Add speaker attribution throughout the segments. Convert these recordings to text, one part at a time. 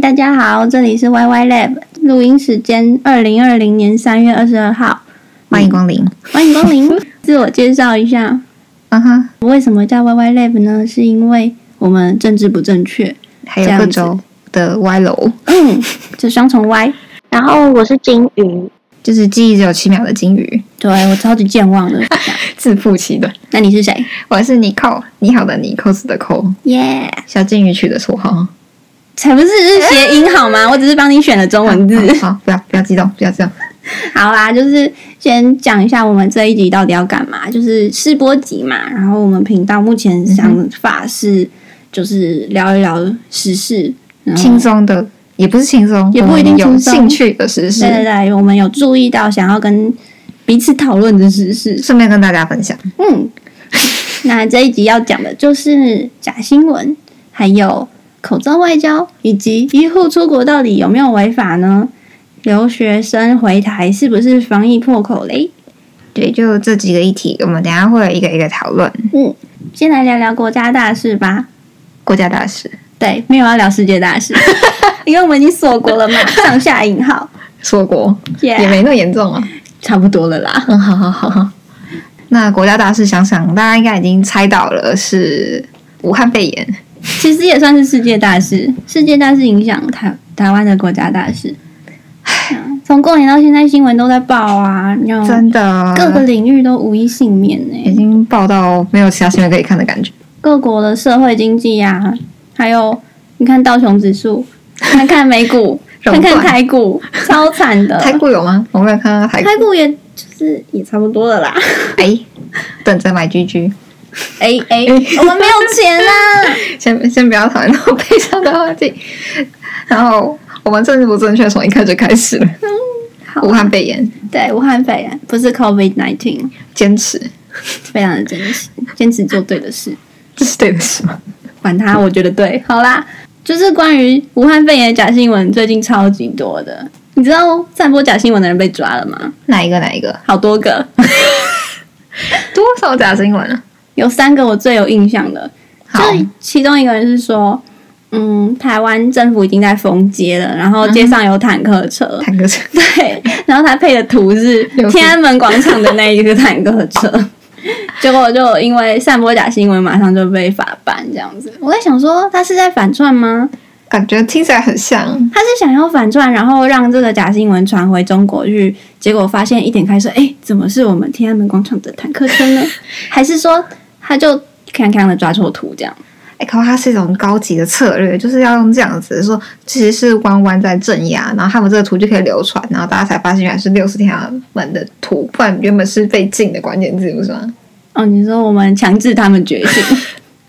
Speaker 1: 大家好，这里是 YY Lab 录音时间，二零二零年三月二十二号，
Speaker 2: 欢迎光临。
Speaker 1: 欢迎光临。自我介绍一下，
Speaker 2: 嗯哼，
Speaker 1: 为什么叫 YY Lab 呢？是因为我们政治不正确，
Speaker 2: 还
Speaker 1: 这
Speaker 2: 有
Speaker 1: 样
Speaker 2: 各
Speaker 1: 子
Speaker 2: 州的歪楼，
Speaker 1: 嗯，这双重 Y。
Speaker 3: 然后我是金鱼，
Speaker 2: 就是记忆只有七秒的金鱼，
Speaker 1: 对我超级健忘的。
Speaker 2: 自负其短。
Speaker 1: 那你是谁？
Speaker 2: 我是 Nicole，你好的 Nicole 的 Cole，
Speaker 1: 耶、
Speaker 2: 小金鱼取的绰号。
Speaker 1: 才不是是谐音好吗？我只是帮你选了中文字。
Speaker 2: 好，好不要不要激动，不要激动。
Speaker 1: 好啦，就是先讲一下我们这一集到底要干嘛，就是试播集嘛。然后我们频道目前想法是，就是聊一聊时事，然后
Speaker 2: 轻松的也不是轻松，
Speaker 1: 嗯也
Speaker 2: 我
Speaker 1: 不
Speaker 2: 们
Speaker 1: 一定轻
Speaker 2: 有
Speaker 1: 松嗯
Speaker 2: 兴趣的时事
Speaker 1: 对，对对，我们有注意到想要跟彼此讨论的时事。
Speaker 2: 顺便跟大家分享。
Speaker 1: 嗯， 那这一集要讲的就是假新闻，还有口罩外交，以及医护出国到底有没有违法呢？留学生回台是不是防疫破口嘞？
Speaker 2: 对，就这几个议题，我们等一下会一个一个讨论。
Speaker 1: 嗯，先来聊聊国家大事吧。
Speaker 2: 国家大事，
Speaker 1: 对，没有要聊世界大 事，因为我们已经锁国了嘛，上下引号
Speaker 2: 锁国也
Speaker 1: ，yeah,
Speaker 2: 没那么严重啊。
Speaker 1: 差不多了啦。
Speaker 2: 嗯，好好好好。那国家大事，想想大家应该已经猜到了，是武汉肺炎。
Speaker 1: 其实也算是世界大事，世界大事影响台台湾的国家大事。嗯从过年到现在，新闻都在报啊，你知道
Speaker 2: 真的，
Speaker 1: 各个领域都无一幸免呢、
Speaker 2: 已经报到没有其他新闻可以看的感觉。
Speaker 1: 各国的社会经济啊，还有你看道琼指 数，看看美股，
Speaker 2: 熔
Speaker 1: 看
Speaker 2: 断
Speaker 1: 看台股，超惨的。
Speaker 2: 台股有吗？我没有看到台股
Speaker 1: 台。股也就是也差不多了啦。
Speaker 2: 哎，等着买 GG。
Speaker 1: 哎哎，我们没有钱啊 啦。
Speaker 2: 先先不要讨论到悲伤的话题。然后我们政治不正确从一开始开始了。
Speaker 1: 好
Speaker 2: 武汉肺炎，
Speaker 1: 对，武汉肺炎不是 COVID nineteen，
Speaker 2: 坚持，
Speaker 1: 非常的珍惜，坚持做对的事。
Speaker 2: 这是对的事吗？
Speaker 1: 管他，我觉得对。好啦，就是关于武汉肺炎的假新闻，最近超级多的。你知道散播假新闻的人被抓了吗？
Speaker 2: 哪一个？哪一个？
Speaker 1: 好多个，
Speaker 2: 多少假新闻啊？
Speaker 1: 有三个我最有印象的。就
Speaker 2: 好，
Speaker 1: 其中一个人是说，嗯，台湾政府已经在封街了，然后街上有坦克车，
Speaker 2: 坦克车，
Speaker 1: 对，然后他配的图是
Speaker 2: 六四
Speaker 1: 天安门广场的那一个坦克车，结果就因为散播假新闻，马上就被法办这样子。我在想说，他是在反串吗？
Speaker 2: 感觉听起来很像。
Speaker 1: 他是想要反串，然后让这个假新闻传回中国去，结果发现一点开始，哎，怎么是我们天安门广场的坦克车 呢？还是说他就康康的抓错图这样？
Speaker 2: 哎，可它是一种高级的策略，就是要用这样子说，其实是弯弯在镇压，然后他们这个图就可以流传，然后大家才发现原来是六十天安门的图，不然原本是被禁的关键字，不是吗？
Speaker 1: 哦，你说我们强制他们觉醒，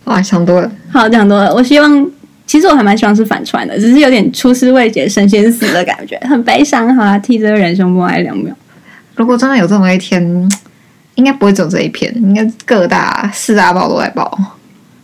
Speaker 2: 哇，想多了，
Speaker 1: 好，讲多了。我希望，其实我还蛮希望是反串的，只是有点出师未捷身先死的感觉，很悲伤。好啦，替这个人生默哀两秒。
Speaker 2: 如果真的有这么一天，应该不会走这一篇，应该各大四大报都在报，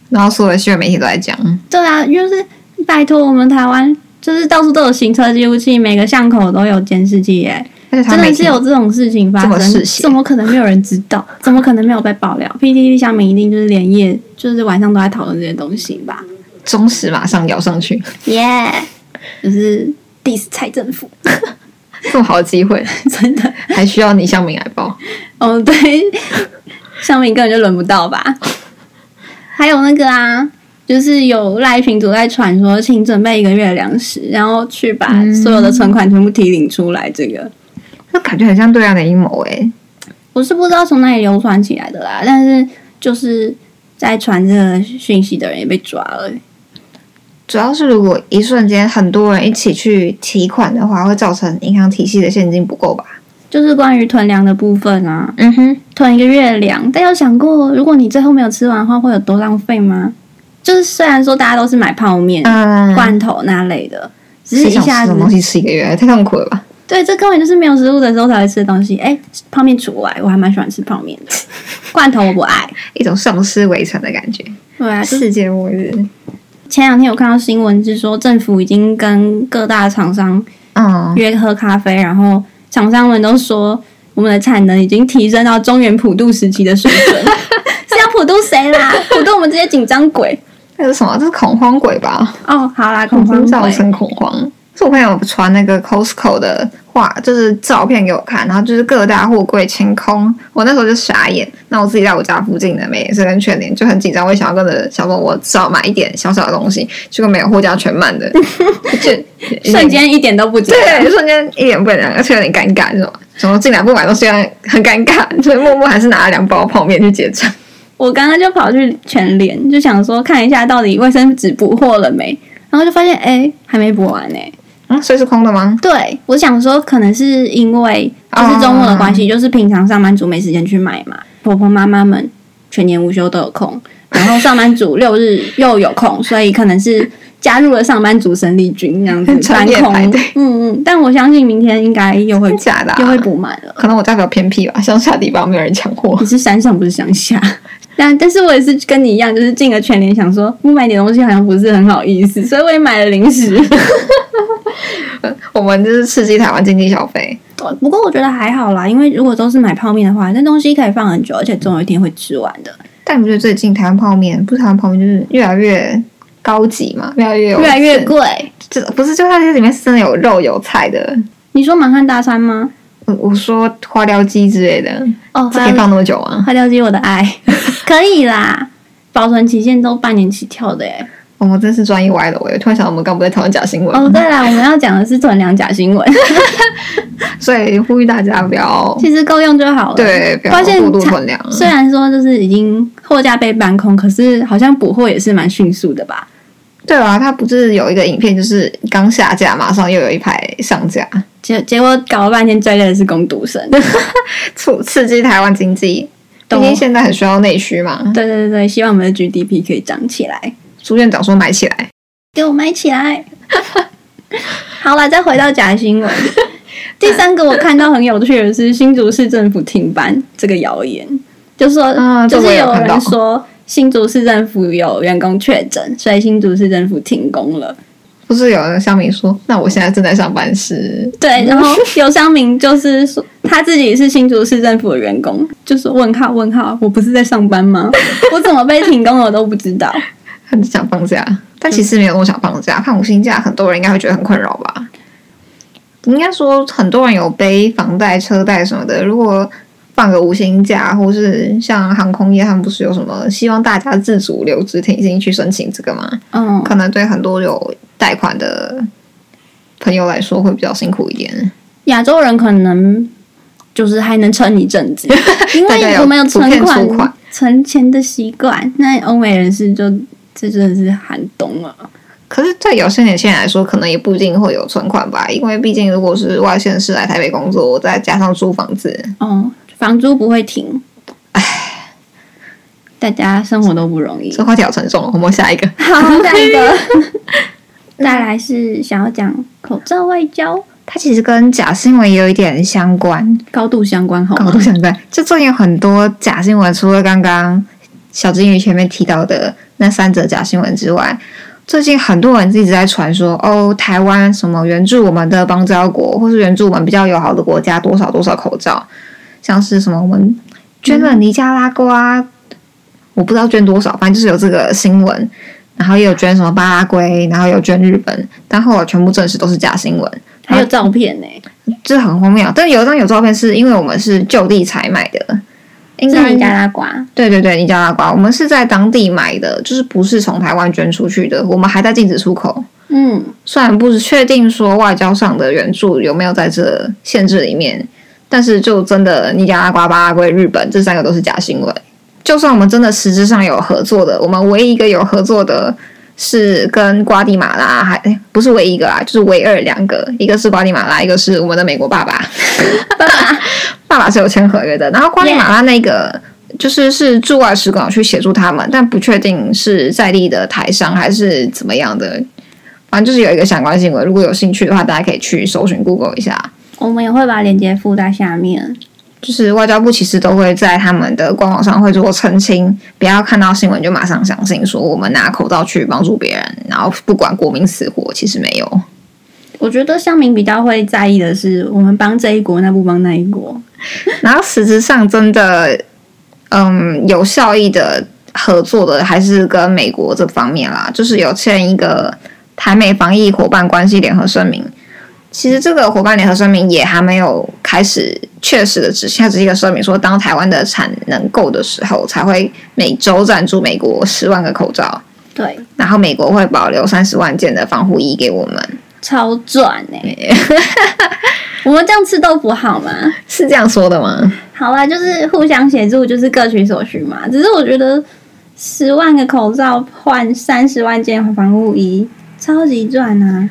Speaker 2: 然后所有的新闻媒体都在讲。
Speaker 1: 对啊，就是拜托我们台湾，就是到处都有行车记录器，每个巷口都有监视器耶、哎
Speaker 2: 而且他
Speaker 1: 真
Speaker 2: 每
Speaker 1: 的是
Speaker 2: 天
Speaker 1: 有这种事情发
Speaker 2: 这么
Speaker 1: 生
Speaker 2: 嗜，血
Speaker 1: 怎么可能没有人知道？ 怎么可能没有被爆料？PTT 下面一定就是连夜，就是晚上都在讨论这些东西吧？
Speaker 2: 忠实马上咬上去，
Speaker 1: 耶、就是 diss 蔡政府，
Speaker 2: 这么好的机会，
Speaker 1: 真的。
Speaker 2: 还需要你向明来报？
Speaker 1: 哦，对，上面根本就轮不到吧？还有那个啊，就是有赖群主在传说，请准备一个月的粮食，然后去把所有的存款全部提领出来。这个
Speaker 2: 这感觉很像对岸的阴谋哎，
Speaker 1: 我是不知道从哪里流传起来的啦，但是就是在传这个讯息的人也被抓了。
Speaker 2: 主要是如果一瞬间很多人一起去提款的话，会造成银行体系的现金不够吧？
Speaker 1: 就是关于囤粮的部分啊，
Speaker 2: 嗯哼，
Speaker 1: 囤一个月的粮，但有想过，如果你最后没有吃完的话，会有多浪费吗？就是虽然说大家都是买泡面、
Speaker 2: 嗯，
Speaker 1: 罐头那类的，只是
Speaker 2: 谁
Speaker 1: 一
Speaker 2: 想吃
Speaker 1: 下
Speaker 2: 什
Speaker 1: 子
Speaker 2: 么东西吃一个月，太痛苦了吧？
Speaker 1: 对，这根本就是没有食物的时候才会吃的东西。哎，泡面除外，我还蛮喜欢吃泡面的。罐头我不 爱。
Speaker 2: 一种丧尸围城的感觉，
Speaker 1: 对啊，就是
Speaker 2: 世界末日。
Speaker 1: 前两天我看到新闻是说，政府已经跟各大厂商
Speaker 2: 嗯，
Speaker 1: 约喝咖啡，然后厂商们都说我们的产能已经提升 到中原普渡时期的水准。是要普渡谁啦？普渡我们这些紧张鬼。
Speaker 2: 那是什么？这是恐慌鬼吧？
Speaker 1: 哦，好啦，恐
Speaker 2: 恐
Speaker 1: 慌
Speaker 2: 慌造
Speaker 1: 鬼，
Speaker 2: 成恐慌。是我朋友传那个 Costco 的画，就是照片给我看，然后就是各大货柜清空，我那时候就傻眼。那我自己在我家附近的美联社跟全联就很紧张，我也想要跟着小梦我少买一点小小的东西，结果没有货架全 满的，就
Speaker 1: 瞬间一点都不紧张。
Speaker 2: 对，瞬间一脸不良，而且有点尴尬，是吗？怎么进来不买东西，很尴尬，所以默默还是拿了两包泡面去结账。
Speaker 1: 我刚刚就跑去全联，就想说看一下到底卫生纸补货了没，然后就发现哎、还没补完呢、
Speaker 2: 嗯，所以是空的吗？
Speaker 1: 对，我想说可能是因为就是周末的关系，
Speaker 2: 哦
Speaker 1: 就是平常上班族没时间去买嘛，婆婆妈妈们全年无休都有空，然后上班族六日又有空，所以可能是加入了上班族生力军这样子搬
Speaker 2: 专业
Speaker 1: 空
Speaker 2: 排队。
Speaker 1: 嗯嗯，但我相信明天应该又会
Speaker 2: 真假的啊
Speaker 1: 又会补满了。
Speaker 2: 可能我家比较偏僻吧，乡下地方没有人抢货
Speaker 1: 你。是山上不是乡下，但但是我也是跟你一样，就是进了全联，想说不买点东西好像不是很好意思，所以我也买了零食。
Speaker 2: 我们就是刺激台湾经济消费。
Speaker 1: 对不过我觉得还好啦，因为如果都是买泡面的话，那东西可以放很久，而且总有一天会吃完的，
Speaker 2: 但你不觉得最近台湾泡面，不是台湾泡面，就是越来越高级嘛，越来越有
Speaker 1: 越来越
Speaker 2: 是
Speaker 1: 贵。
Speaker 2: 这不是就它这里面是真的有肉有菜的。
Speaker 1: 你说满汉大餐吗？
Speaker 2: 我我说花雕鸡之类的，
Speaker 1: 哦，
Speaker 2: 这
Speaker 1: 花
Speaker 2: 可以
Speaker 1: 雕
Speaker 2: 放那么久吗？
Speaker 1: 花雕鸡我的爱， 可以啦，保存期限都半年起跳的哎。
Speaker 2: 我们真是专业歪了。我突然想到我们刚不在讨论假新闻，
Speaker 1: 哦，对啦，我们要讲的是囤粮假新闻，
Speaker 2: 所以呼吁大家不要
Speaker 1: 其实够用就好了。
Speaker 2: 对不要
Speaker 1: 发现
Speaker 2: 过度
Speaker 1: 它
Speaker 2: 囤粮。
Speaker 1: 虽然说就是已经货架被搬空，可是好像补货也是蛮迅速的吧？
Speaker 2: 对啊，它不是有一个影片，就是刚下架，马上又有一排上架，
Speaker 1: 结结果搞了半天，追的是工读生。
Speaker 2: 促刺激台湾经济。毕
Speaker 1: 懂
Speaker 2: 竟现在很需要内需嘛。
Speaker 1: 对对对对，希望我们的 GDP 可以涨起来，
Speaker 2: 朱院长说买起来，
Speaker 1: 给我买起来。 好了，再回到假新 闻。第三个我看到很有趣的是新竹市政府停办这个谣言，就说、
Speaker 2: 啊这
Speaker 1: 就
Speaker 2: 我
Speaker 1: 是
Speaker 2: 也有
Speaker 1: 有
Speaker 2: 看到
Speaker 1: 人说新竹市政府有员工确诊，所以新竹市政府停工了。
Speaker 2: 不是有人乡民说，那我现在正在上班是？
Speaker 1: 对，然后刘湘明就是说他自己是新竹市政府的员工，就是问号问号，我不是在上班吗？ 我怎么被停工了我都不知道。
Speaker 2: 很想放假，但其实没有那么想放假。放五薪假，很多人应该会觉得很困扰吧？应该说，很多人有背房贷、车贷什么的。如果放个五薪假，或是像航空业，他们不是有什么希望大家自主留职停薪去申请这个吗？
Speaker 1: 嗯，
Speaker 2: 可能对很多有贷款的朋友来说会比较辛苦一点。
Speaker 1: 亚洲人可能就是还能撑一阵 子，因
Speaker 2: 大家
Speaker 1: 为
Speaker 2: 有
Speaker 1: 我们有
Speaker 2: 普
Speaker 1: 存
Speaker 2: 遍
Speaker 1: 款、
Speaker 2: 存款
Speaker 1: 存钱的习惯。那欧美人士就这真的是寒冬了。
Speaker 2: 可是对有些年轻人来说，可能也不一定会有存款吧，因为毕竟如果是外县市来台北工作，再加上租房子，
Speaker 1: 哦，房租不会停，唉，大家生活都不容易。
Speaker 2: 这话题好沉重哦。我们下一个，
Speaker 1: 好，下一个， 再来是想要讲口罩外交，
Speaker 2: 它其实跟假新闻也有一点相关，
Speaker 1: 高度相关 好
Speaker 2: 高
Speaker 1: 吗
Speaker 2: 度？相关。就最近有很多假新闻，除了刚刚小金鱼前面提到的那三则假新闻之外，最近很多人一直在传说，哦，台湾什么援助我们的邦交国，或是援助我们比较友好的国家多少多少口罩，像是什么我们捐了尼加拉瓜，我不知道捐多少，反正就是有这个新闻。然后也有捐什么巴拉圭，然后有捐日本，但后来全部证实都是假新闻。
Speaker 1: 还有照片呢、
Speaker 2: 这很荒谬。但有一张有照片是因为我们是就地采买的，应
Speaker 1: 是
Speaker 2: 该
Speaker 1: 尼加拉瓜，
Speaker 2: 对对对，尼加拉瓜，我们是在当地买的，就是不是从台湾捐出去的，我们还在禁止出口。
Speaker 1: 嗯，
Speaker 2: 虽然不确定说外交上的援助有没有在这限制里面，但是就真的尼加拉瓜、巴拉圭、日本这三个都是假新闻。就算我们真的实质上有合作的，我们唯一一个有合作的是跟瓜地马拉，还哎不是唯一一个啊，就是唯二两个，一个是瓜地马拉，一个是我们的美国爸爸。
Speaker 1: 爸爸，
Speaker 2: 爸爸是有签合约的，然后瓜地马拉那个就是是驻外使馆有去协助他们，但不确定是在地的台商还是怎么样的，反正就是有一个相关新闻，如果有兴趣的话，大家可以去搜寻 Google 一下。
Speaker 1: 我们也会把链接附在下面。
Speaker 2: 就是外交部其实都会在他们的官网上会做澄清，不要看到新闻就马上相信说我们拿口罩去帮助别人，然后不管国民死活，其实没有。
Speaker 1: 我觉得乡民比较会在意的是，我们帮这一国，那不帮那一国。
Speaker 2: 然后实质上真的，嗯，有效益的合作的还是跟美国这方面啦，就是有签一个台美防疫伙伴关系联合声明。其实这个伙伴联合声明也还没有开始确实的执行，它只是一个声明说，当台湾的产能够的时候，才会每周赞助美国十万个口罩，
Speaker 1: 对，
Speaker 2: 然后美国会保留三十万件的防护衣给我们。
Speaker 1: 超赚哎、 我们这样吃豆腐好吗？
Speaker 2: 是这样说的吗？
Speaker 1: 好啦，就是互相协助，就是各取所需嘛。只是我觉得十万个口罩换三十万件防护衣，超级赚啊！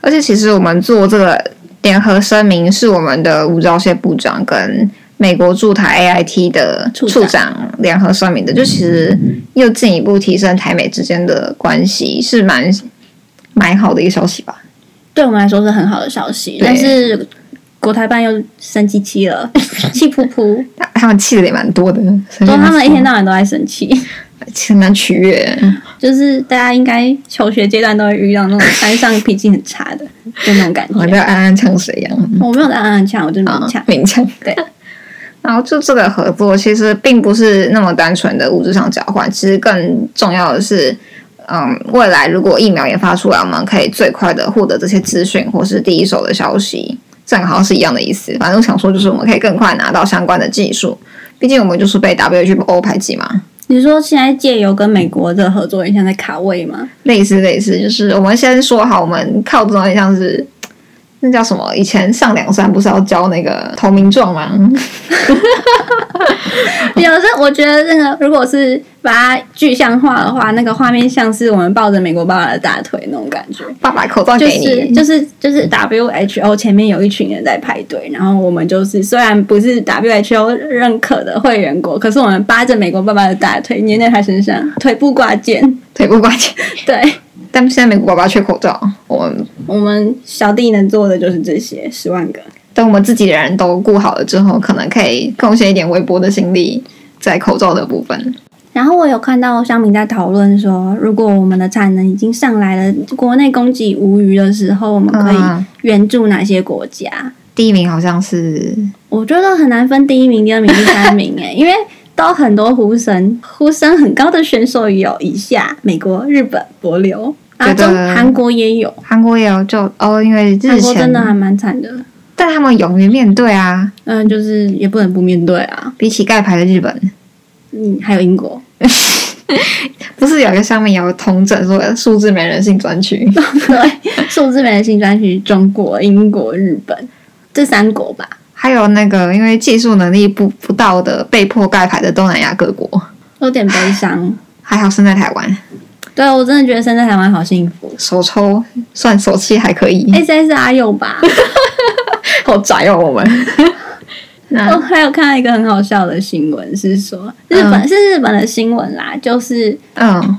Speaker 2: 而且其实我们做这个联合声明，是我们的吴钊燮部长跟美国驻台 AIT 的
Speaker 1: 处
Speaker 2: 处
Speaker 1: 长
Speaker 2: 长联合声明的，就其实又进一步提升台美之间的关系，是蛮蛮好的一个消息吧。
Speaker 1: 对我们来说是很好的消息，
Speaker 2: 对
Speaker 1: 但是国台办又生气气了， 气噗噗，
Speaker 2: 他他们气的也蛮多的，所以
Speaker 1: 说他们一天嗯到晚都在生气。
Speaker 2: 其实蛮取悦。
Speaker 1: 就是大家应该求学阶段都会遇到那种班上脾气很差 的，就那种感觉。
Speaker 2: 好像安安呛水一样，
Speaker 1: 我没有在暗暗呛，我就是
Speaker 2: 啊
Speaker 1: 勉强。
Speaker 2: 勉强
Speaker 1: 对。
Speaker 2: 然后就这个合作，其实并不是那么单纯的物质上交换，其实更重要的是，嗯，未来如果疫苗研发出来，我们可以最快的获得这些资讯或是第一手的消息，这样好像是一样的意思。反正我想说，就是我们可以更快拿到相关的技术， 毕竟我们就是被 WHO 排挤嘛，
Speaker 1: 你说现在借由跟美国的合作，你像在卡位吗？
Speaker 2: 类似类似，就是我们先说好，我们靠这种像是。那叫什么？以前上梁山不是要交那个投名状吗？
Speaker 1: 有时候我觉得那个，如果是把它具象化的话，那个画面像是我们抱着美国爸爸的大腿那种感觉，
Speaker 2: 爸爸口罩
Speaker 1: 就
Speaker 2: 给你，
Speaker 1: 是就是就是 WHO 前面有一群人在排队，然后我们就是虽然不是 WHO 认可的会员国，可是我们扒着美国爸爸的大腿粘在他身上，腿部挂件。
Speaker 2: 腿部关节。
Speaker 1: 对
Speaker 2: 但现在美国爸爸缺口罩，我们
Speaker 1: 我们小弟能做的就是这些，十万个。
Speaker 2: 等我们自己的人都顾好了之后，可能可以贡献一点微薄的心力在口罩的部分。
Speaker 1: 然后我有看到乡民在讨论说，如果我们的产能已经上来了，国内供给无余的时候，我们可以
Speaker 2: 嗯
Speaker 1: 援助哪些国家？
Speaker 2: 第一名好像是
Speaker 1: 我觉得很难分第一名、第二名、第三名 诶，因为都很多呼声，呼声很高的选手有以下：美国、日本、柏流啊，
Speaker 2: 觉
Speaker 1: 中
Speaker 2: 得
Speaker 1: 韩国也有，
Speaker 2: 韩国也有就哦，因为
Speaker 1: 韩
Speaker 2: 日
Speaker 1: 国
Speaker 2: 前，
Speaker 1: 真的还蛮惨的。
Speaker 2: 但他们勇于面对啊，
Speaker 1: 嗯，就是也不能不面对啊。
Speaker 2: 比起盖牌的日本，
Speaker 1: 嗯，还有英国，
Speaker 2: 不是有一个上面有同整说数字没人性专 区，
Speaker 1: 对，数字美的新专区，中国、英国、日本这三国吧。
Speaker 2: 还有那个因为技术能力不不到的被迫盖牌的东南亚各国，
Speaker 1: 有点悲伤。
Speaker 2: 还好身在台湾，
Speaker 1: 对啊我真的觉得生在台湾好幸福。
Speaker 2: 手抽算手气还可以。
Speaker 1: S S R 有吧？
Speaker 2: 好宅哦，我们。
Speaker 1: 我
Speaker 2: 那
Speaker 1: 哦还有看到一个很好笑的新闻，是说日本、
Speaker 2: 嗯
Speaker 1: 是日本的新闻啦，就是
Speaker 2: 嗯，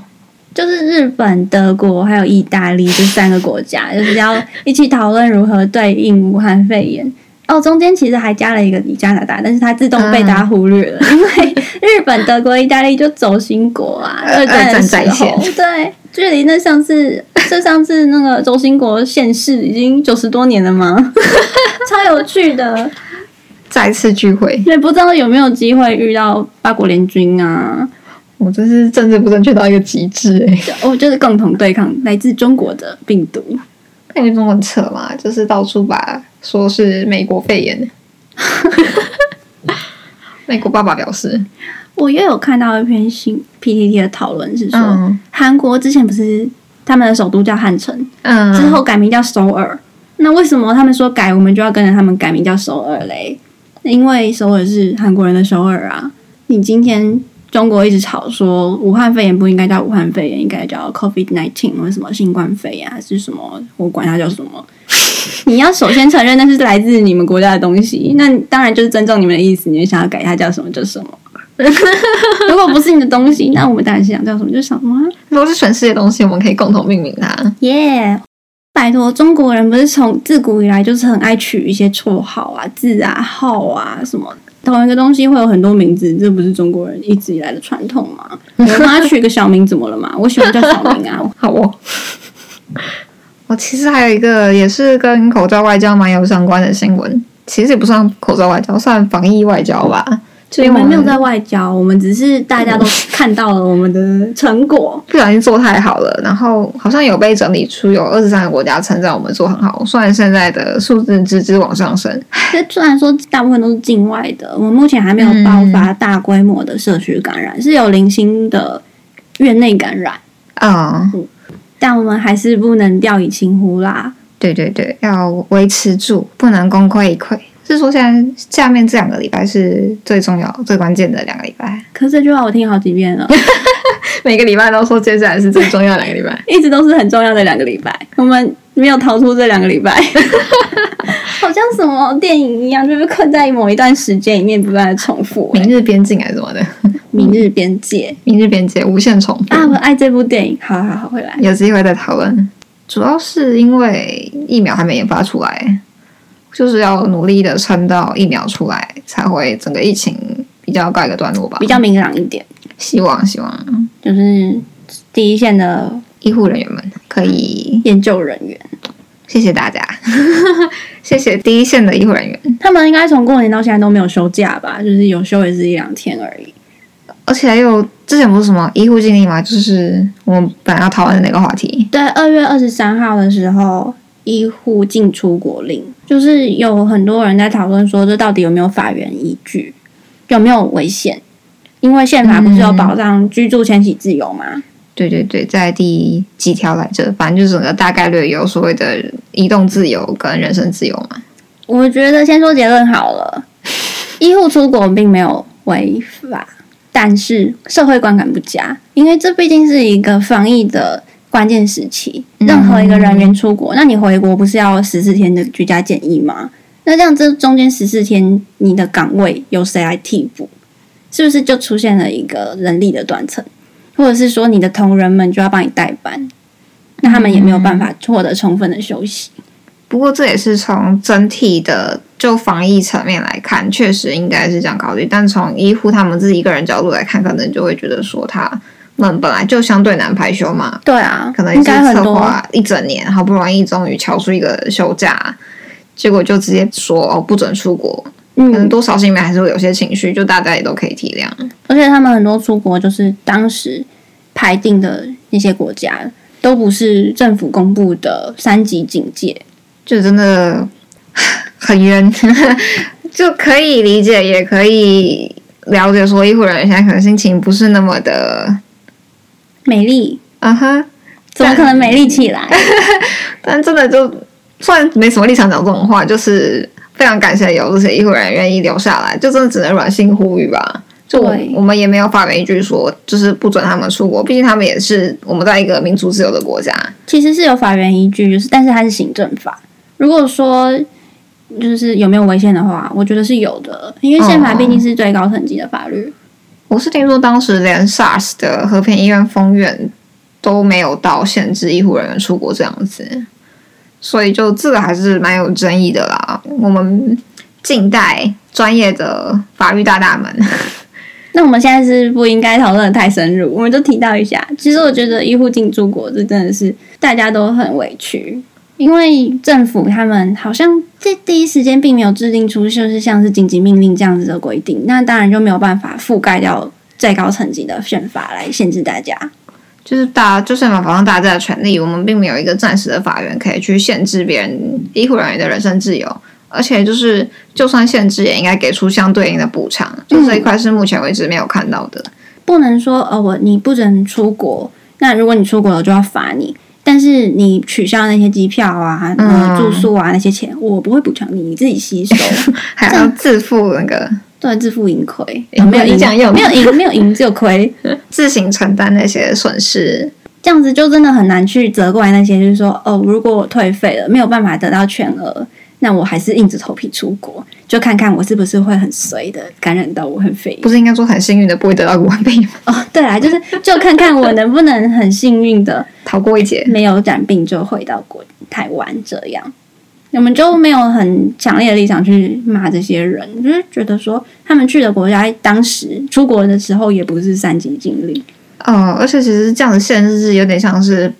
Speaker 1: 就是日本、德国还有意大利这三个国家，就是要一起讨论如何对应武汉肺炎。哦，中间其实还加了一个加拿大，但是它自动被
Speaker 2: 嗯
Speaker 1: 大家忽略了， 因为日本、德国、意大利就轴心国啊，
Speaker 2: 呃
Speaker 1: 二战的
Speaker 2: 二战
Speaker 1: 时
Speaker 2: 在
Speaker 1: 候，
Speaker 2: 线
Speaker 1: 对，距离那上次，这上次那个轴心国现世已经九十多年了吗？ 超有趣的，
Speaker 2: 再次聚会，
Speaker 1: 也不知道有没有机会遇到八国联军啊，
Speaker 2: 我真是政治不正确到一个极致哎、欸！
Speaker 1: 就哦，就是共同对抗来自中国的病毒。
Speaker 2: 那你中文扯嘛，就是到处把说是美国肺炎。 美国爸爸表示，
Speaker 1: 我又有看到一篇新 PTT 的讨论是说，
Speaker 2: 嗯
Speaker 1: 韩、国之前不是他们的首都叫汉城，
Speaker 2: 嗯，
Speaker 1: 之后改名叫首尔，那为什么他们说改，我们就要跟着他们改名叫首尔嘞？因为首尔是韩国人的首尔啊。你今天中国一直吵说武汉肺炎不应该叫武汉肺炎，应该叫 COVID nineteen 或者什么新冠肺炎还是什么，我管它叫什么。你要首先承认那是来自你们国家的东西，那当然就是尊重你们的意思，你们想要改它叫什么就什么。如果不是你的东西，那我们当然是想叫什么就什么啊。
Speaker 2: 如果是全世界的东西，我们可以共同命名它。
Speaker 1: 耶、拜托，中国人不是从自古以来就是很爱取一些绰号啊、字啊、号啊什么的。同一个东西会有很多名字，这不是中国人一直以来的传统吗？我妈取个小名怎么了嘛？我喜欢叫小名啊。
Speaker 2: 好哦。 我其实还有一个也是跟口罩外交蛮有相关的新闻，其实也不算口罩外交，算防疫外交吧。就因
Speaker 1: 我
Speaker 2: 为
Speaker 1: 们没有
Speaker 2: 们
Speaker 1: 在外交，我们只是大家都看到了我们的成果。
Speaker 2: 不小心做太好了，然后好像有被整理出有二十三个国家称赞我们做很好，虽然现在的数字直直往上升，
Speaker 1: 那虽然说大部分都是境外的，我们目前还没有爆发大规模的社区感染，是有零星的院内感染，
Speaker 2: 嗯，
Speaker 1: 但我们还是不能掉以轻忽啦。
Speaker 2: 对对对，要维持住，不能功亏一篑。是说现在下面这两个礼拜是最重要、最关键的两个礼拜，
Speaker 1: 可是这句话我听好几遍了，
Speaker 2: 每个礼拜都说接下来是最重要的两个礼拜。
Speaker 1: 一直都是很重要的两个礼拜，我们没有逃出这两个礼拜， 好像什么电影一样，就是困在某一段时间里面不断的重复、欸
Speaker 2: 明日边境还是什么的，
Speaker 1: 明日边界
Speaker 2: 明日边界无限重复。
Speaker 1: 啊，我爱这部电影，好好好，回来。
Speaker 2: 有机会再讨论。主要是因为疫苗还没研发出来，就是要努力的撑到疫苗出来，才会整个疫情比较告一个段落吧。
Speaker 1: 比较明朗一点，
Speaker 2: 希望，希望
Speaker 1: 就是第一线的
Speaker 2: 医护人员们可以
Speaker 1: 研究人员。
Speaker 2: 谢谢大家， 谢谢第一线的医护人员。
Speaker 1: 他们应该从过年到现在都没有休假吧？就是有休也是一两天而已。
Speaker 2: 而且还有之前不是什么医护经历嘛，就是我们本来要讨论的那个话题，
Speaker 1: 对，二月二十三号的时候，医护进出国令，就是有很多人在讨论说，这到底有没有法源依据，有没有违宪？因为宪法不是有保障居住迁徙自由吗？
Speaker 2: 对对对，在第几条来着？反正就是整个大概率有所谓的移动自由跟人身自由嘛。
Speaker 1: 我觉得先说结论好了，医护出国并没有违法，但是社会观感不佳，因为这毕竟是一个防疫的关键时期。任何一个人员出国，那你回国不是要十四天的居家检疫吗？那这样这中间十四天你的岗位由谁来替补？是不是就出现了一个人力的断层，或者是说你的同仁们就要帮你代班？那他们也没有办法获得充分的休息。
Speaker 2: 不过这也是从整体的就防疫层面来看，确实应该是这样考虑。但从医护他们自己个人角度来看，可能就会觉得说他们本来就相对难排休嘛，
Speaker 1: 对啊，
Speaker 2: 可能也
Speaker 1: 应
Speaker 2: 是
Speaker 1: 该很
Speaker 2: 策
Speaker 1: 多啊
Speaker 2: 划一整年，好不容易终于敲出一个休假，结果就直接说哦不准出国，可能
Speaker 1: 嗯，
Speaker 2: 多少心里面还是会有些情绪，就大家也都可以体谅。
Speaker 1: 而且他们很多出国就是当时排定的那些国家，都不是政府公布的三级警戒。
Speaker 2: 就真的很冤， 就可以理解，也可以了解说医护人员现在可能心情不是那么的，
Speaker 1: 美丽
Speaker 2: 啊哈，
Speaker 1: 怎么可能美丽起来？
Speaker 2: 但真的就虽然没什么立场讲这种话，就是非常感谢有这些医护人员愿意留下来，就真的只能软性呼吁吧。就我
Speaker 1: 对
Speaker 2: 我们也没有法一句说，就是不准他们出国，毕竟他们也是我们在一个民族自由的国家，
Speaker 1: 其实是有法源依据，就是但是它是行政法。如果说就是有没有违宪的话，我觉得是有的，因为宪法
Speaker 2: 哦
Speaker 1: 毕竟是最高层级的法律。
Speaker 2: 我是听说当时连 SARS 的和平医院封院都没有到限制医护人员出国这样子，所以就这个还是蛮有争议的啦。我们近代专业的法律大大们，
Speaker 1: 那我们现在是不应该讨论的太深入，我们就提到一下。其实我觉得医护进出国这真的是大家都很委屈，因为政府他们好像在第一时间并没有制定出就是像是紧急命令这样子的规定，那当然就没有办法覆盖掉最高层级的宪法来限制大家。
Speaker 2: 就是大就是法保障大家的权利，我们并没有一个暂时的法源可以去限制别人医护人员的人身自由。而且就是，就算限制，也应该给出相对应的补偿。就这一块是目前为止没有看到的。
Speaker 1: 不能说哦，我你不准出国，那如果你出国了我就要罚你。但是你取消那些机票啊、呃
Speaker 2: 嗯
Speaker 1: 住宿啊那些钱，我不会补偿你，你自己吸收。
Speaker 2: 还要自付那个
Speaker 1: 对，自负盈亏，
Speaker 2: 诶
Speaker 1: 啊没有
Speaker 2: 你
Speaker 1: 赢，
Speaker 2: 讲也有
Speaker 1: 没有赢，没有赢只有亏，
Speaker 2: 自行承担那些损失。
Speaker 1: 这样子就真的很难去责怪那些，就是说，哦，如果我退费了，没有办法得到全额，那我还是硬着头皮出国，就看看我是不是会很随的感染到武汉肺
Speaker 2: 不
Speaker 1: 炎。
Speaker 2: 是应该说很幸运的不会得到武汉肺炎吗，
Speaker 1: 哦，对啦，就是就看看我能不能很幸运 的
Speaker 2: 逃过一劫。
Speaker 1: 没有染病就回到国台湾这样。我们就没有很强烈的立场去骂这些人，就是觉得说他们去的国家当时出国的时候也不是三级禁令，
Speaker 2: 呃，而且其实这样的限制是有点像是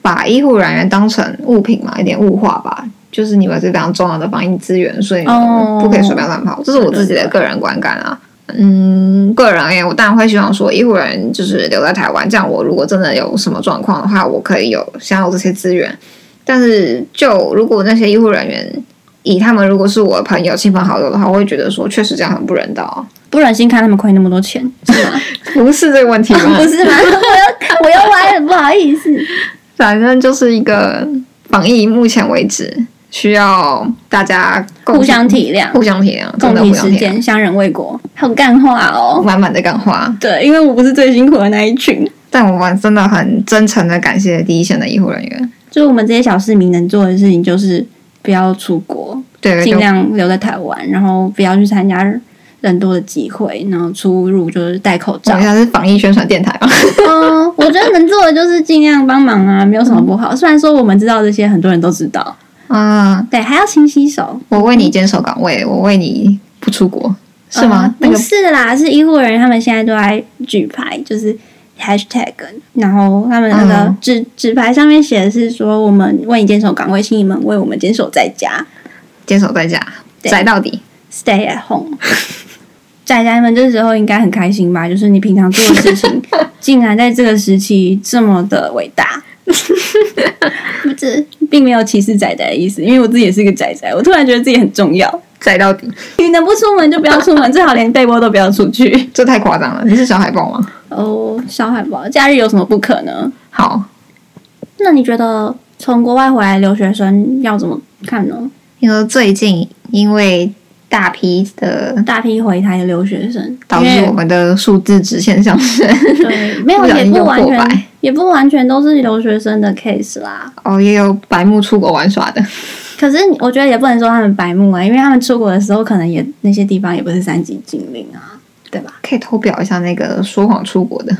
Speaker 2: 把医护人员当成物品嘛，有点物化吧。就是你们是非常重要的防疫资源，所以你们
Speaker 1: 哦
Speaker 2: 不可以随便乱跑。这是我自己的个人观感啊。嗯，个人而言，我当然会希望说，医护人员就是留在台湾，这样我如果真的有什么状况的话，我可以有享有这些资源。但是，就如果那些医护人员以他们如果是我的朋友、亲朋好友的话，我会觉得说，确实这样很不人道。啊
Speaker 1: 不忍心看他们亏那么多钱，是吗？
Speaker 2: 不是这个问题 吗？
Speaker 1: 不是吗？我又我又歪了，不好意 思。
Speaker 2: 反正就是一个防疫，目前为止需要大家共
Speaker 1: 互相体谅，
Speaker 2: 互相体谅，
Speaker 1: 共
Speaker 2: 真的
Speaker 1: 体
Speaker 2: 互相
Speaker 1: 时
Speaker 2: 体
Speaker 1: 间，
Speaker 2: 谅。
Speaker 1: 相人为国，好干话哦。
Speaker 2: 满满的干话，
Speaker 1: 对，因为我不是最辛苦的那一群，
Speaker 2: 但我们真的很真诚的感谢第一线的医护人员，
Speaker 1: 就是我们这些小市民能做的事情，就是不要出国，
Speaker 2: 对，
Speaker 1: 尽
Speaker 2: 就
Speaker 1: 量留在台湾，然后不要去参加人多的集会，然后出入就是戴口
Speaker 2: 我
Speaker 1: 罩
Speaker 2: 们。现在是防疫宣传电台啊嘛，
Speaker 1: 嗯，我觉得能做的就是尽量帮忙啊，没有什么不好。虽然说我们知道这些，很多人都知道，
Speaker 2: 啊，
Speaker 1: 对，还要勤洗手。
Speaker 2: 我为你坚守岗位，我为你不出国，是吗？
Speaker 1: 呃
Speaker 2: 那
Speaker 1: 不
Speaker 2: 个
Speaker 1: 是啦，是医护人员他们现在都在举牌，就是 hashtag，然后他们那个
Speaker 2: 嗯
Speaker 1: 纸、纸牌上面写的是说，我们为你坚守岗位，请你们为我们坚守在家
Speaker 2: 坚守在家，
Speaker 1: 对
Speaker 2: 宅到底，
Speaker 1: ，stay at home。宅宅们这时候应该很开心吧？就是你平常做的事情，竟然在这个时期这么的伟大。不是，并没有歧视宅宅的意思，因为我自己也是一个宅宅，我突然觉得自己很重要。
Speaker 2: 宅到底，
Speaker 1: 你能不出门就不要出门，最好连被窝都不要出去。
Speaker 2: 这太夸张了。你是小海豹吗？
Speaker 1: 哦，小海豹，假日有什么不可呢？
Speaker 2: 好，
Speaker 1: 那你觉得从国外回来留学生要怎么看呢？
Speaker 2: 你说最近因为大批的
Speaker 1: 大批回台的留学生，
Speaker 2: 导致我们的数字直线上升，
Speaker 1: 因为对没有
Speaker 2: 不小
Speaker 1: 也
Speaker 2: 心
Speaker 1: 不
Speaker 2: 又
Speaker 1: 完
Speaker 2: 破
Speaker 1: 全
Speaker 2: 百
Speaker 1: 也不完全都是留学生的 case 啦。
Speaker 2: 哦，也有白目出国玩耍的，
Speaker 1: 可是我觉得也不能说他们白目啊，因为他们出国的时候可能也那些地方也不是三级禁令啊，对吧？
Speaker 2: 可以偷表一下那个说谎出国的。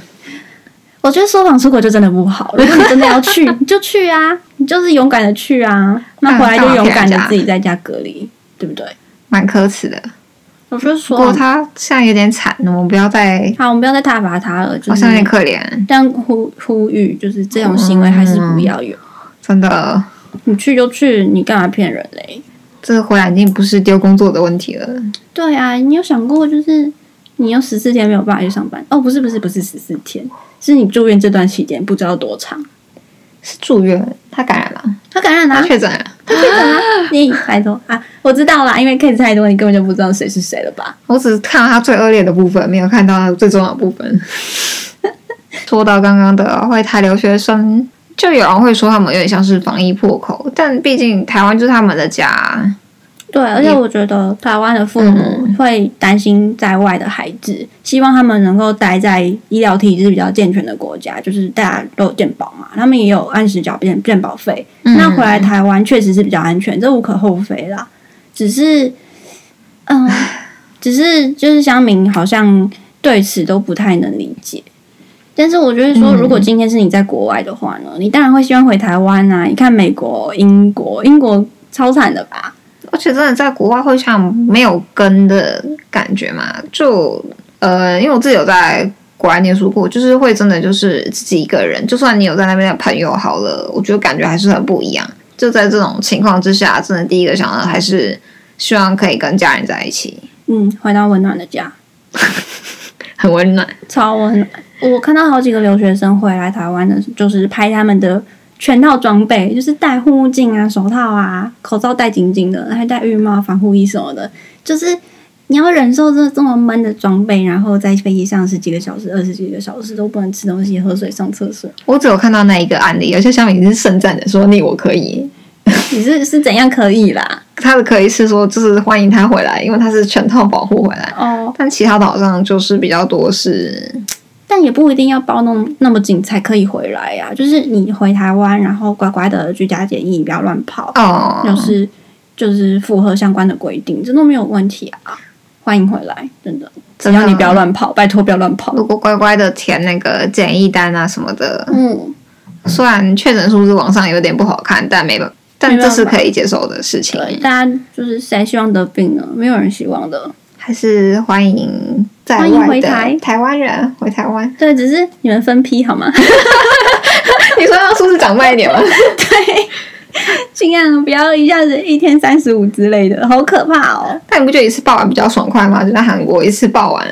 Speaker 1: 我觉得说谎出国就真的不好。如果你真的要 去，你就去啊，你就是勇敢的去啊。那回来就勇敢的自己在家隔离，对不对？
Speaker 2: 蛮可耻的，
Speaker 1: 我就
Speaker 2: 不
Speaker 1: 说
Speaker 2: 过他现在有点惨，我们不要再，
Speaker 1: 好，我们不要再挞伐他了，就
Speaker 2: 好像有点
Speaker 1: 是
Speaker 2: 可怜，
Speaker 1: 但呼呼吁，就是这种行为还是不要有。
Speaker 2: 真的，
Speaker 1: 你去就去，你干嘛骗人嘞？
Speaker 2: 这回来已经不是丢工作的问题了，
Speaker 1: 对啊，你有想过就是你有十四天没有办法去上班？哦，不是不是不是十四天，是你住院这段期间不知道多长。
Speaker 2: 是住院，他感染了，
Speaker 1: 他感染了、
Speaker 2: 他
Speaker 1: 啊，
Speaker 2: 确诊了。
Speaker 1: 他确诊了、 你拜托啊！我知道啦，因为 case 太多，你根本就不知道谁是谁了吧？
Speaker 2: 我只看到他最恶劣的部分，没有看到他最重要的部分。 说到刚刚的会台留学生，就有人会说他们有点像是防疫破口，但毕竟台湾就是他们的家，
Speaker 1: 对，而且我觉得台湾的父母会担心在外的孩子，希望他们能够待在医疗体制比较健全的国家，就是大家都有健保嘛，他们也有按时缴健健保费。那回来台湾确实是比较安全，这无可厚非啦。只是，嗯、只是就是乡民好像对此都不太能理解。但是我觉得说，如果今天是你在国外的话呢，你当然会希望回台湾啊。你看美国、英国，英国超惨的吧？
Speaker 2: 而且真的在国外会像没有根的感觉嘛，就呃，因为我自己有在国外念书过，就是会真的就是自己一个人，就算你有在那边的朋友好了，我觉得感觉还是很不一样。就在这种情况之下，真的第一个想到的还是希望可以跟家人在一起，
Speaker 1: 嗯，回到温暖的家，
Speaker 2: 很温暖。
Speaker 1: 超温暖。我看到好几个留学生回来台湾的，就是拍他们的全套装备，就是戴护目镜啊、手套啊、口罩戴紧紧的，还戴浴帽、防护衣什么的。就是你要忍受这这么闷的装备，然后在飞机上十几个小时、二十几个小时都不能吃东西、喝水、上厕所，
Speaker 2: 我只有看到那一个案例，而且小米是盛赞的说你我可以，
Speaker 1: 你是是怎样可以啦？
Speaker 2: 他的可以是说就是欢迎他回来，因为他是全套保护回来。
Speaker 1: 哦，
Speaker 2: 但其他的好像就是比较多是
Speaker 1: 但也不一定要包弄那么紧才可以回来呀、就是你回台湾，然后乖乖的居家检疫，不要乱跑。
Speaker 2: 哦，
Speaker 1: 就是就是符合相关的规定，这都没有问题啊。欢迎回来，真的，只
Speaker 2: 真的
Speaker 1: 要你不要乱跑，拜托不要乱跑。
Speaker 2: 如果乖乖的填那个检疫单啊什么的，
Speaker 1: 嗯，
Speaker 2: 虽然确诊数字往上有点不好看，但没办，但
Speaker 1: 没办
Speaker 2: 这
Speaker 1: 法
Speaker 2: 是可以接受的事情。
Speaker 1: 对，大家就是谁希望得病呢？没有人希望的。
Speaker 2: 还是欢迎在
Speaker 1: 欢迎
Speaker 2: 外
Speaker 1: 回
Speaker 2: 的
Speaker 1: 台。
Speaker 2: 台湾人回台湾
Speaker 1: 对，只 是你们分批好吗？
Speaker 2: 你说要说是长慢一点吗？
Speaker 1: 对，尽量不要一下子一天三十五之类的，好可怕哦！
Speaker 2: 但你不觉得一次报完比较爽快吗？就在韩国一次报完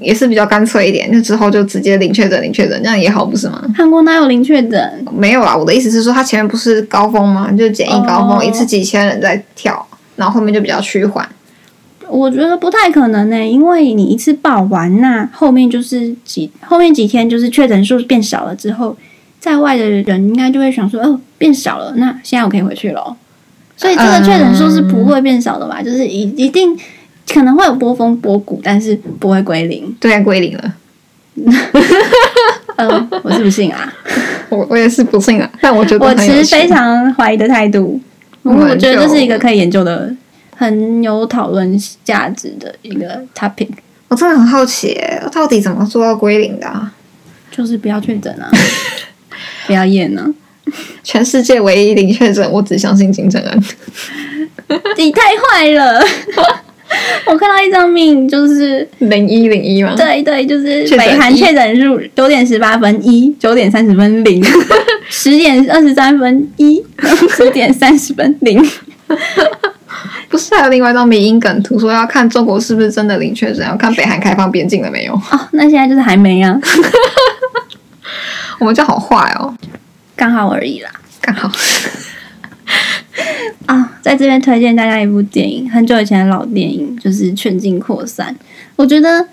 Speaker 2: 也是比较干脆一点，就之后就直接零确诊零确诊，这样也好不是吗？
Speaker 1: 韩国哪有零确诊？
Speaker 2: 没有啊啦，我的意思是说，它前面不是高峰吗？就简易高峰，
Speaker 1: 哦
Speaker 2: 一次几千人在跳，然后后面就比较趋缓。
Speaker 1: 我觉得不太可能呢、因为你一次报完那后面就是几后面几天就是确诊数变少了之后，在外的人应该就会想说，哦，变少了，那现在我可以回去了。所以这个确诊数是不会变少的吧？就是一一定可能会有波峰波谷，但是不会归零。
Speaker 2: 对，归零了。
Speaker 1: 嗯、我是不信啊，
Speaker 2: 我我也是不信啦，啊但我觉得
Speaker 1: 我
Speaker 2: 很有
Speaker 1: 持
Speaker 2: 趣
Speaker 1: 非常怀疑的态度。
Speaker 2: 我
Speaker 1: 我
Speaker 2: 们
Speaker 1: 我觉得这
Speaker 2: 就是
Speaker 1: 一个可以研究的、很有讨论价值的一个 topic，
Speaker 2: 我真的很好奇耶，到底怎么做到归零的、啊？
Speaker 1: 就是不要确诊啊， 不要验啊。
Speaker 2: 全世界唯一零确诊，我只相信金正恩。
Speaker 1: 你太坏了！ 我看到一张命，就是
Speaker 2: 零一零一吗？，
Speaker 1: 对对，就是
Speaker 2: 确诊
Speaker 1: 北韩
Speaker 2: 一
Speaker 1: 确诊数九点十八分一，九点三十分零， 十点二十三分一，十点三十分零。
Speaker 2: 不是啊还有另外一张迷因梗图，说要看中国是不是真的零确诊，要看北韩开放边境了没有。
Speaker 1: 哦，那现在就是还没啊，
Speaker 2: 我们就好坏哦，
Speaker 1: 刚好而已啦。
Speaker 2: 刚好。
Speaker 1: 啊、在这边推荐大家一部电影，很久以前的老电影，就是《劝进扩散》。我觉得，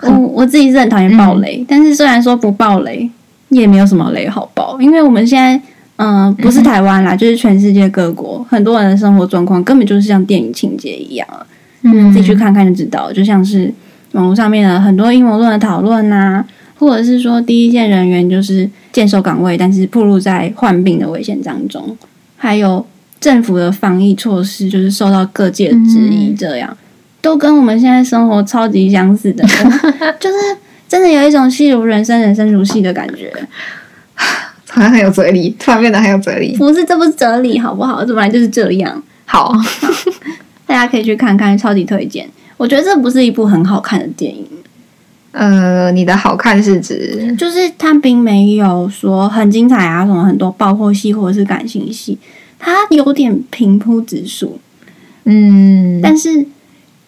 Speaker 1: 我我自己是很讨厌爆雷，但是虽然说不爆雷，也没有什么雷好爆，因为我们现在，嗯、不是台湾啦，就是全世界各国，很多人的生活状况根本就是像电影情节一样了，
Speaker 2: 嗯
Speaker 1: 自己去看看就知道。就像是网络上面的很多阴谋论的讨论呐、或者是说第一线人员就是坚守岗位，但是暴露在患病的危险当中，还有政府的防疫措施就是受到各界质疑，这样、都跟我们现在生活超级相似的， 就是真的有一种戏如人生，人生如戏的感觉。
Speaker 2: 好像很有哲理，突然变得很有哲理。
Speaker 1: 不是，这不是哲理好不好？这本来就是这样，
Speaker 2: 好，
Speaker 1: 大家可以去看看，超级推荐。我觉得这不是一部很好看的电影，
Speaker 2: 呃，你的好看是指
Speaker 1: 就是它并没有说很精彩啊，什么很多爆破戏或者是感情戏，它有点平铺直述。
Speaker 2: 嗯，
Speaker 1: 但是，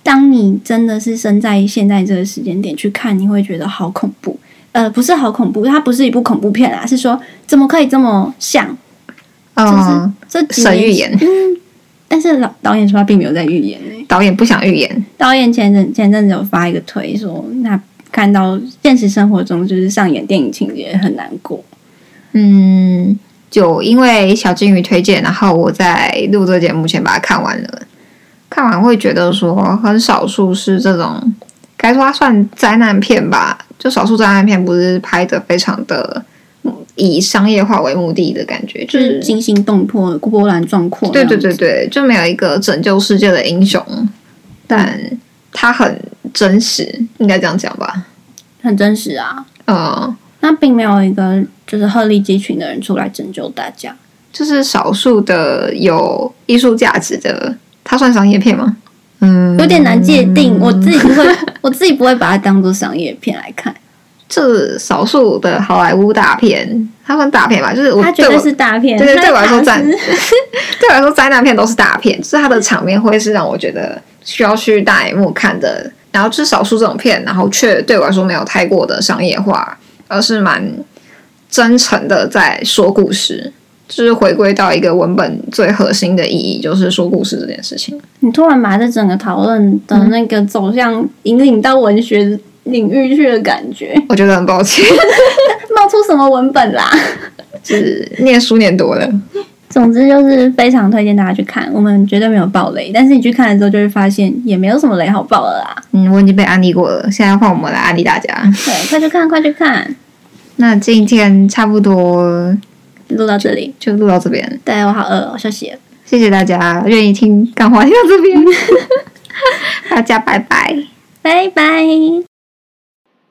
Speaker 1: 当你真的是身在现在这个时间点去看，你会觉得好恐怖。呃，不是好恐怖，它不是一部恐怖片啊，是说怎么可以这么像？
Speaker 2: 嗯，
Speaker 1: 就是这几
Speaker 2: 神预
Speaker 1: 年，嗯
Speaker 2: 言，
Speaker 1: 但是老导演说他并没有在预言欸
Speaker 2: 导演不想预言，
Speaker 1: 导演前阵前阵子有发一个推说，那看到现实生活中就是上演电影情节很难过。
Speaker 2: 嗯，就因为小金鱼推荐，然后我在录这个节目前把它看完了。看完会觉得说，很少数是这种，该说它算灾难片吧，就少数灾难片不是拍的非常的嗯以商业化为目的的感觉，
Speaker 1: 就
Speaker 2: 就
Speaker 1: 是
Speaker 2: 是
Speaker 1: 惊心动魄、波澜壮阔。
Speaker 2: 对对，对对，就没有一个拯救世界的英雄，但
Speaker 1: 嗯
Speaker 2: 他很真实，应该这样讲吧，
Speaker 1: 很真实啊。
Speaker 2: 嗯。
Speaker 1: 那并没有一个就是鹤立鸡群的人出来拯救大家。
Speaker 2: 就是少数的有艺术价值的，它算商业片吗？嗯，
Speaker 1: 有点难界定，我自己不会， 我自己不会把它当做商业片来看，
Speaker 2: 这少数的好莱坞大片，它算大片吧？就是我
Speaker 1: 它绝
Speaker 2: 对
Speaker 1: 对
Speaker 2: 我
Speaker 1: 是大片。
Speaker 2: 对对
Speaker 1: 那
Speaker 2: 对我来说
Speaker 1: 它
Speaker 2: 赞
Speaker 1: 是
Speaker 2: 对我来说，灾难片都是大片，就是它的场面会是让我觉得需要去大荧幕看的。然后就是少数这种片，然后却对我来说没有太过的商业化，而是蛮真诚的在说故事，就是回归到一个文本最核心的意义，就是说故事这件事情。
Speaker 1: 你突然把这整个讨论的那个走向引领到文学领域去的感觉，
Speaker 2: 我觉得很抱歉，
Speaker 1: 冒出什么文本啦？
Speaker 2: 就是念书念多了。
Speaker 1: 总之就是非常推荐大家去看，我们绝对没有爆雷，但是你去看了之后就会发现也没有什么雷好爆了 啦。
Speaker 2: 嗯，我已经被安利过了，现在换我们来安利大家。
Speaker 1: 对，快去看，快去看，
Speaker 2: 那今天差不多
Speaker 1: 录到这里。
Speaker 2: 就录到这边，
Speaker 1: 对我好饿，我休息了，
Speaker 2: 谢谢大家愿 意听干话听到这边，大家拜拜。
Speaker 1: 拜拜。